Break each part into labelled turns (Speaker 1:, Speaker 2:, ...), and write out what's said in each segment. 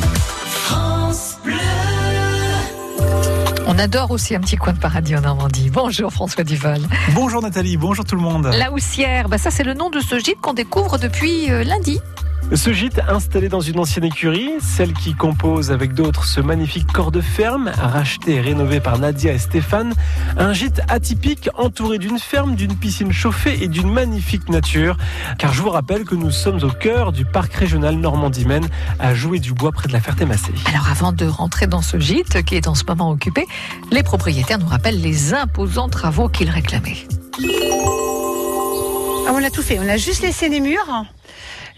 Speaker 1: France Bleu. On adore aussi un petit coin de paradis en Normandie. Bonjour François Duval.
Speaker 2: Bonjour Nathalie, bonjour tout le monde.
Speaker 1: La Houssière, bah ça c'est le nom de ce gîte qu'on découvre depuis euh, lundi.
Speaker 3: Ce gîte installé dans une ancienne écurie, celle qui compose avec d'autres ce magnifique corps de ferme, racheté et rénové par Nadia et Stéphane, un gîte atypique entouré d'une ferme, d'une piscine chauffée et d'une magnifique nature. Car je vous rappelle que nous sommes au cœur du parc régional Normandie-Maine, à Jouer du Bois près de la Ferté-Massé.
Speaker 1: Alors avant de rentrer dans ce gîte qui est en ce moment occupé, les propriétaires nous rappellent les imposants travaux qu'ils réclamaient.
Speaker 4: Ah, on a tout fait, on a juste laissé les murs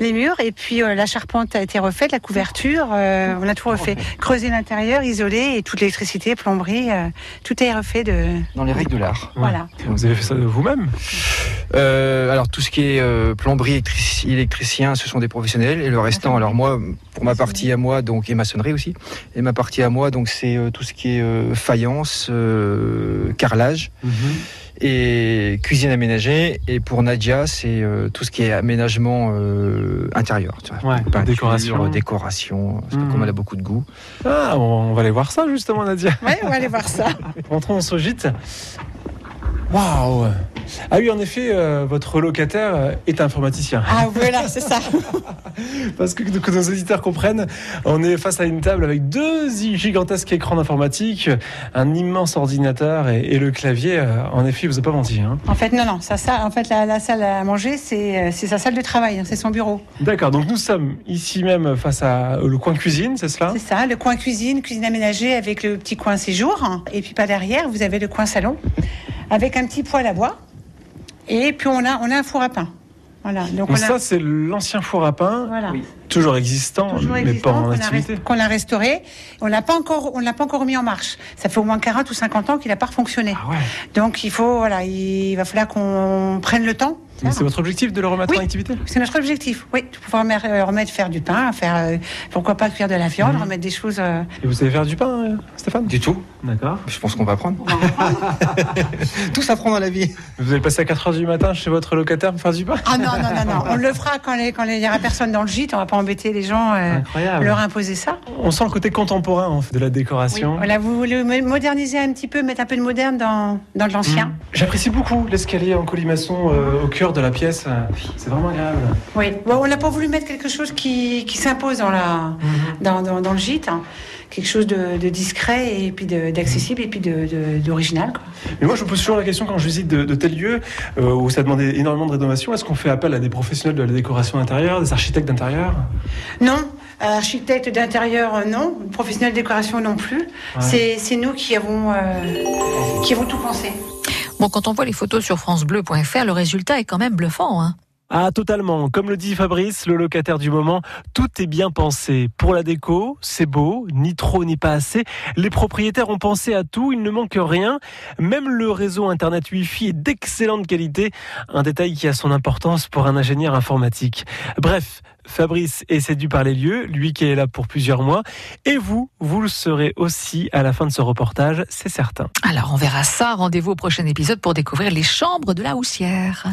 Speaker 4: les murs et puis euh, la charpente a été refaite, la couverture, euh, on a tout refait. Creuser l'intérieur, isoler et toute l'électricité, plomberie, euh, tout est refait de
Speaker 5: Dans les règles de l'art.
Speaker 4: voilà.
Speaker 3: Vous avez fait ça de vous-même
Speaker 5: Euh, alors tout ce qui est euh, plomberie, électrici- électricien, ce sont des professionnels et le restant. Alors moi, pour ma partie à moi, donc et maçonnerie aussi. Et ma partie à moi, donc c'est euh, tout ce qui est euh, faïence, euh, carrelage et cuisine aménagée. Et pour Nadia, c'est euh, tout ce qui est aménagement euh, intérieur. tu vois.
Speaker 3: Ouais,
Speaker 5: euh,
Speaker 3: décoration.
Speaker 5: décoration. Parce que
Speaker 3: Mhm.
Speaker 5: comme elle a beaucoup de goût.
Speaker 3: Ah, on va aller voir ça justement Nadia.
Speaker 4: Ouais, on va aller voir ça.
Speaker 3: Rentrons dans ce gîte. Waouh Ah oui, en effet, euh, votre locataire est informaticien.
Speaker 4: Ah voilà, c'est ça.
Speaker 3: Parce que, que nos auditeurs comprennent, on est face à une table avec deux gigantesques écrans d'informatique, un immense ordinateur et, et le clavier. Euh, En effet, il vous a pas menti. hein.
Speaker 4: En fait, non, non, ça, ça, en fait, la, la salle à manger, c'est euh, c'est sa salle de travail, hein, c'est son bureau.
Speaker 3: D'accord, donc nous sommes ici même face à euh, le coin cuisine, c'est cela
Speaker 4: C'est ça, le coin cuisine, cuisine aménagée avec le petit coin séjour. hein. Et puis pas derrière, vous avez le coin salon avec un petit poêle à bois. Et puis on a, on a un four à pain. Voilà. Donc on
Speaker 3: donc
Speaker 4: a,
Speaker 3: ça, c'est l'ancien four à pain,
Speaker 4: voilà.
Speaker 3: toujours existant,
Speaker 4: Toujours
Speaker 3: mais
Speaker 4: existant,
Speaker 3: pas en
Speaker 4: qu'on a
Speaker 3: activité.
Speaker 4: rest- qu'on l'a restauré. On l'a pas encore, on l'a pas encore mis en marche. Ça fait au moins 40 ou 50 ans qu'il n'a pas fonctionné.
Speaker 3: Ah ouais.
Speaker 4: Donc il faut, voilà, il va falloir qu'on prenne le temps.
Speaker 3: Mais c'est votre objectif de le remettre
Speaker 4: Oui.
Speaker 3: en activité
Speaker 4: C'est notre objectif, oui, de pouvoir mer- euh, remettre faire du pain, faire euh, pourquoi pas cuire de la viande,
Speaker 3: Mhm.
Speaker 4: remettre des choses. euh,
Speaker 3: Et vous savez faire du pain, euh, Stéphane
Speaker 5: Du tout.
Speaker 3: D'accord.
Speaker 5: Je pense qu'on va apprendre. Tout s'apprend à la vie.
Speaker 3: Vous allez passer à 4 heures du matin chez votre locataire pour faire du pain
Speaker 4: Ah non, non, non, non. On le fera quand les- quand les- il n'y aura personne dans le gîte. On va pas embêter les gens, euh,
Speaker 3: Incroyable.
Speaker 4: leur imposer ça.
Speaker 3: On sent le côté contemporain en fait, de la décoration.
Speaker 4: Voilà, vous voulez mo- moderniser un petit peu, mettre un peu de moderne dans, dans de l'ancien.
Speaker 3: Mmh. J'apprécie beaucoup l'escalier en colimaçon euh, au cœur de la pièce. C'est vraiment agréable.
Speaker 4: Oui. Bon, on n'a pas voulu mettre quelque chose qui, qui s'impose dans, la dans, dans, dans le gîte. hein. Quelque chose de, de discret et puis de- d'accessible et puis de- de- d'original. quoi.
Speaker 3: Mais moi, je me pose toujours la question quand je visite de, de tels lieux euh, où ça demandait énormément de rénovation. Est-ce qu'on fait appel à des professionnels de la décoration intérieure, des architectes d'intérieur
Speaker 4: Non, architecte d'intérieur, euh, non. Professionnel de décoration, non plus. C'est- C'est nous qui avons, euh, qui avons tout pensé.
Speaker 1: Bon, quand on voit les photos sur francebleu.fr, le résultat est quand même bluffant. Hein
Speaker 3: Ah, totalement. Comme le dit Fabrice, le locataire du moment, tout est bien pensé. Pour la déco, c'est beau, ni trop ni pas assez. Les propriétaires ont pensé à tout, il ne manque rien. Même le réseau Internet Wi-Fi est d'excellente qualité, un détail qui a son importance pour un ingénieur informatique. Bref, Fabrice est séduit par les lieux, lui qui est là pour plusieurs mois, et vous, vous le serez aussi à la fin de ce reportage, c'est certain.
Speaker 1: Alors on verra ça. Rendez-vous au prochain épisode pour découvrir les chambres de la Houssière.